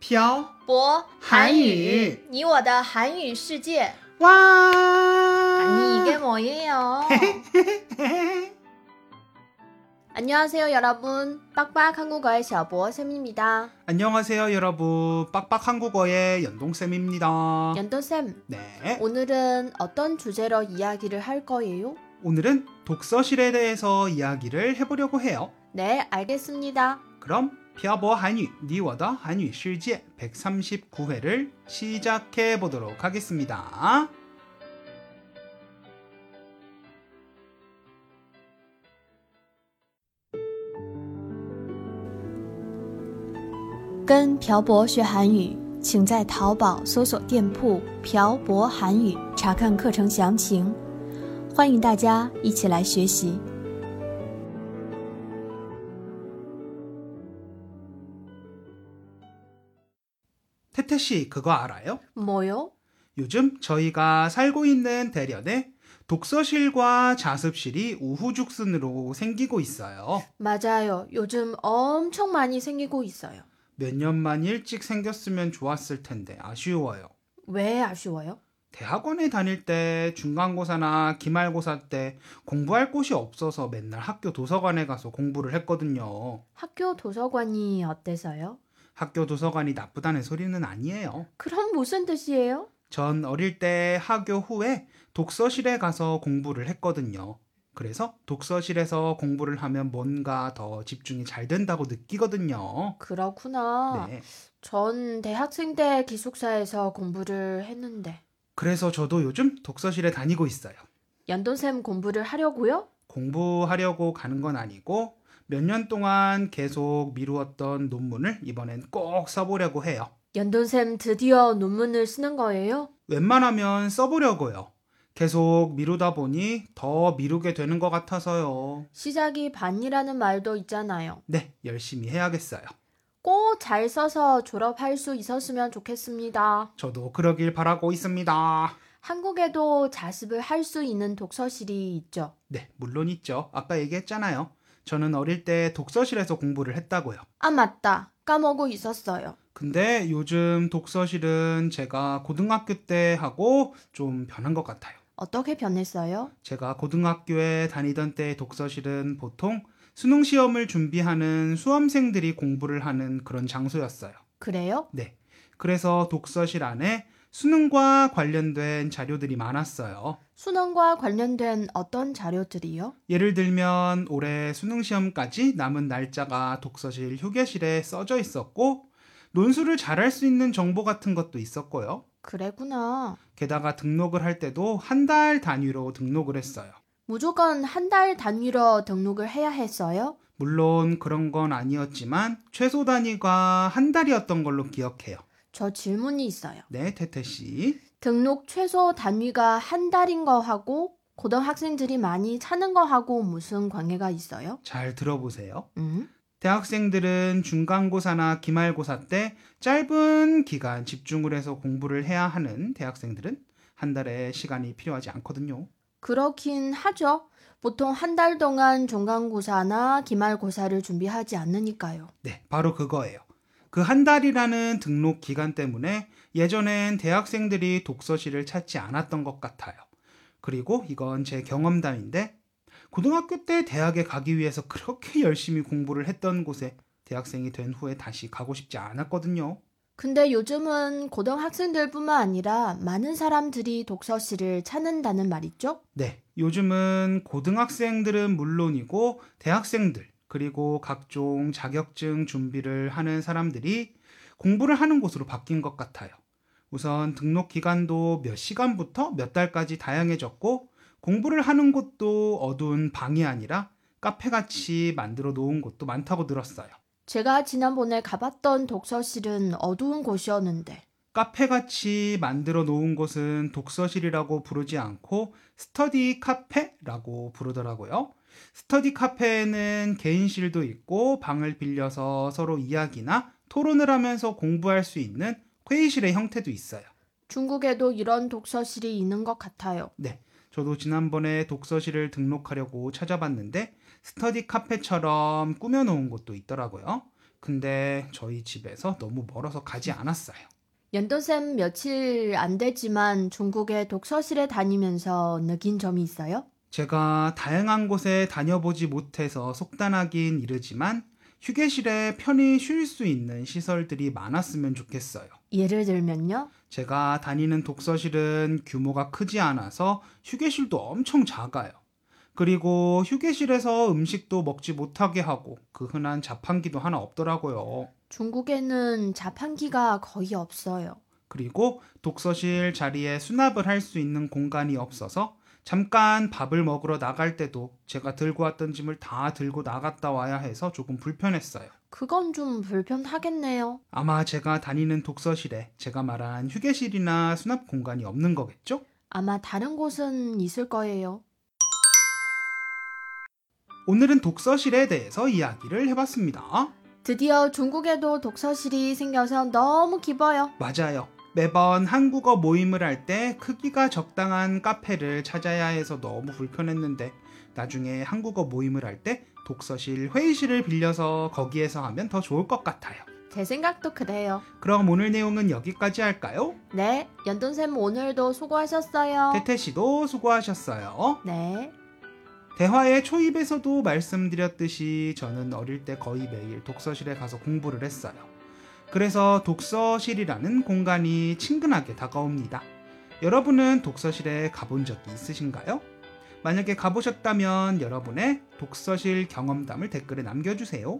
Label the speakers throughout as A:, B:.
A: 漂
B: 博
A: 韩语，
B: 你我的韩语世界。
A: 哇！
B: 아니 이게 뭐예요? 안녕하세요 여러분. 빡빡 한국어의 小博 쌤입니다.
A: 안녕하세요 여러분 빡빡 한국어의 연동쌤입니다
B: 연돈쌤,
A: 네
B: 오늘은 어떤 주제로 이야기를 할 거예요?
A: 오늘은 독서실에 대해서 이야기를 해보려고 해요
B: 네, 알겠습니다.
A: 그럼 피아보 한유 니워더 한유 실제 139회를 시작해 보도록 하겠습니다
C: 跟朴博学韩语，请在淘宝搜索店铺“朴博韩语”查看课程详情。欢迎大家一起来学习。
A: 태태씨 그거 알아요?
B: 뭐요?
A: 요즘 저희가 살고 있는 대련에 독서실과 자습실이 우후죽순으로 생기고 있어요
B: 맞아요. 요즘 엄청 많이 생기고 있어요.
A: 몇 년만 일찍 생겼으면 좋았을 텐데 아쉬워요
B: 왜 아쉬워요?
A: 대학원에 다닐 때 중간고사나 기말고사 때 공부할 곳이 없어서 맨날 학교 도서관에 가서 공부를 했거든요.
B: 학교 도서관이 어때서요?
A: 학교 도서관이 나쁘다는 소리는 아니에요.
B: 그럼 무슨 뜻이에요?
A: 전 어릴 때 학교 후에 독서실에 가서 공부를 했거든요. 그래서 독서실에서 공부를 하면 뭔가 더 집중이 잘 된다고 느끼거든요.
B: 그렇구나.
A: 네.
B: 전 대학생 때 기숙사에서 공부를 했는데
A: 그래서 저도 요즘 독서실에 다니고 있어요.
B: 연돈쌤 공부를 하려고요?
A: 공부하려고 가는 건 아니고 몇 년 동안 계속 미루었던 논문을 이번엔 꼭 써보려고 해요.
B: 연돈쌤 드디어 논문을 쓰는 거예요?
A: 웬만하면 써보려고요. 계속 미루다 보니 더 미루게 되는 것 같아서요.
B: 시작이 반이라는 말도 있잖아요.
A: 네, 열심히 해야겠어요.
B: 꼭 잘 써서 졸업할 수 있었으면 좋겠습니다.
A: 저도 그러길 바라고 있습니다.
B: 한국에도 자습을 할 수 있는 독서실이 있죠.
A: 네, 물론 있죠. 아까 얘기했잖아요. 저는 어릴 때 독서실에서 공부를 했다고요.
B: 아 맞다. 까먹고 있었어요.
A: 근데 요즘 독서실은 제가 고등학교 때 하고 좀 변한 것 같아요.
B: 어떻게 변했어요?
A: 제가 고등학교에 다니던 때의 독서실은 보통 수능 시험을 준비하는 수험생들이 공부를 하는 그런 장소였어요.
B: 그래요?
A: 네. 그래서 독서실 안에 수능과 관련된 자료들이 많았어요.
B: 수능과 관련된 어떤 자료들이요?
A: 예를 들면 올해 수능 시험까지 남은 날짜가 독서실 휴게실에 써져 있었고 논술을 잘할 수 있는 정보 같은 것도 있었고요.
B: 그래구나.
A: 게다가 등록을 할 때도 한 달 단위로 등록을 했어요.
B: 무조건 한 달 단위로 등록을 해야 했어요?
A: 물론 그런 건 아니었지만 최소 단위가 한 달이었던 걸로 기억해요.
B: 저 질문이 있어요.
A: 네, 태태 씨.
B: 등록 최소 단위가 한 달인 거하고 고등학생들이 많이 차는 거하고 무슨 관계가 있어요?
A: 잘 들어보세요.
B: 음?
A: 대학생들은 중간고사나 기말고사 때 짧은 기간 집중을 해서 공부를 해야 하는 대학생들은 한 달의 시간이 필요하지 않거든요.
B: 그렇긴 하죠. 보통 한 달 동안 중간고사나 기말고사를 준비하지 않으니까요.
A: 네, 바로 그거예요. 그 한 달이라는 등록 기간 때문에 예전엔 대학생들이 독서실을 찾지 않았던 것 같아요. 그리고 이건 제 경험담인데, 고등학교 때 대학에 가기 위해서 그렇게 열심히 공부를 했던 곳에 대학생이 된 후에 다시 가고 싶지 않았거든요.
B: 근데 요즘은 고등학생들뿐만 아니라 많은 사람들이 독서실을 찾는다는 말 있죠?
A: 네, 요즘은 고등학생들은 물론이고 대학생들 그리고 각종 자격증 준비를 하는 사람들이 공부를 하는 곳으로 바뀐 것 같아요. 우선 등록 기간도 몇 시간부터 몇 달까지 다양해졌고 공부를 하는 곳도 어두운 방이 아니라 카페 같이 만들어 놓은 곳도 많다고 들었어요.
B: 제가 지난번에 가봤던 독서실은 어두운 곳이었는데
A: 카페 같이 만들어 놓은 곳은 독서실이라고 부르지 않고 스터디 카페라고 부르더라고요. 스터디 카페에는 개인실도 있고 방을 빌려서 서로 이야기나 토론을 하면서 공부할 수 있는 회의실의 형태도 있어요.
B: 중국에도 이런 독서실이 있는 것 같아요.
A: 저도 지난번에 독서실을 등록하려고 찾아봤는데 스터디 카페처럼 꾸며놓은 곳도 있더라고요. 근데 저희 집에서 너무 멀어서 가지 않았어요.
B: 연돈쌤 며칠 안 되지만 중국의 독서실에 다니면서 느낀 점이 있어요?
A: 제가 다양한 곳에 다녀보지 못해서 속단하긴 이르지만 휴게실에 편히 쉴 수 있는 시설들이 많았으면 좋겠어요.
B: 예를 들면요.
A: 제가 다니는 독서실은 규모가 크지 않아서 휴게실도 엄청 작아요. 그리고 휴게실에서 음식도 먹지 못하게 하고 그 흔한 자판기도 하나 없더라고요.
B: 중국에는 자판기가 거의 없어요.
A: 그리고 독서실 자리에 수납을 할 수 있는 공간이 없어서 잠깐 밥을 먹으러 나갈 때도 제가 들고 왔던 짐을 다 들고 나갔다 와야 해서 조금 불편했어요.
B: 그건 좀 불편하겠네요.
A: 아마 제가 다니는 독서실에 제가 말한 휴게실이나 수납 공간이 없는 거겠죠?
B: 아마 다른 곳은 있을 거예요.
A: 오늘은 독서실에 대해서 이야기를 해봤습니다.
B: 드디어 중국에도 독서실이 생겨서 너무 기뻐요.
A: 맞아요. 매번 한국어 모임을 할 때 크기가 적당한 카페를 찾아야 해서 너무 불편했는데 나중에 한국어 모임을 할 때 독서실 회의실을 빌려서 거기에서 하면 더 좋을 것 같아요.
B: 제 생각도 그래요.
A: 그럼 오늘 내용은 여기까지 할까요?
B: 네, 연돈쌤 오늘도 수고하셨어요.
A: 태태 씨도 수고하셨어요.
B: 네,
A: 대화의 초입에서도 말씀드렸듯이 저는 어릴 때 거의 매일 독서실에 가서 공부를 했어요. 그래서 독서실이라는 공간이 친근하게 다가옵니다. 여러분은 독서실에 가본 적이 있으신가요? 만약에 가보셨다면 여러분의 독서실 경험담을 댓글에 남겨주세요.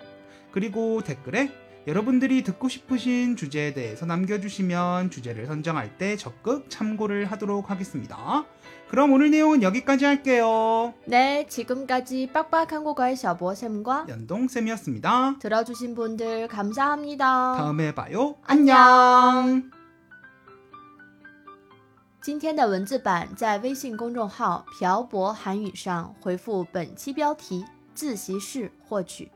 A: 그리고 댓글에 여러분들이 듣고 싶으신 주제에 대해서 남겨주시면 주제를 선정할 때 적극 참고를 하도록 하겠습니다. 그럼 오늘 내용은 여기까지 할게요.
B: 네, 지금까지 빡빡한 고가의 샤보쌤과
A: 연동쌤이었습니다.
B: 들어주신 분들 감사합니다.
A: 다음에 봐요.
B: 안녕。今天的文字版在微信公众号“漂泊韩语”上回复本期标题“自习室”获取。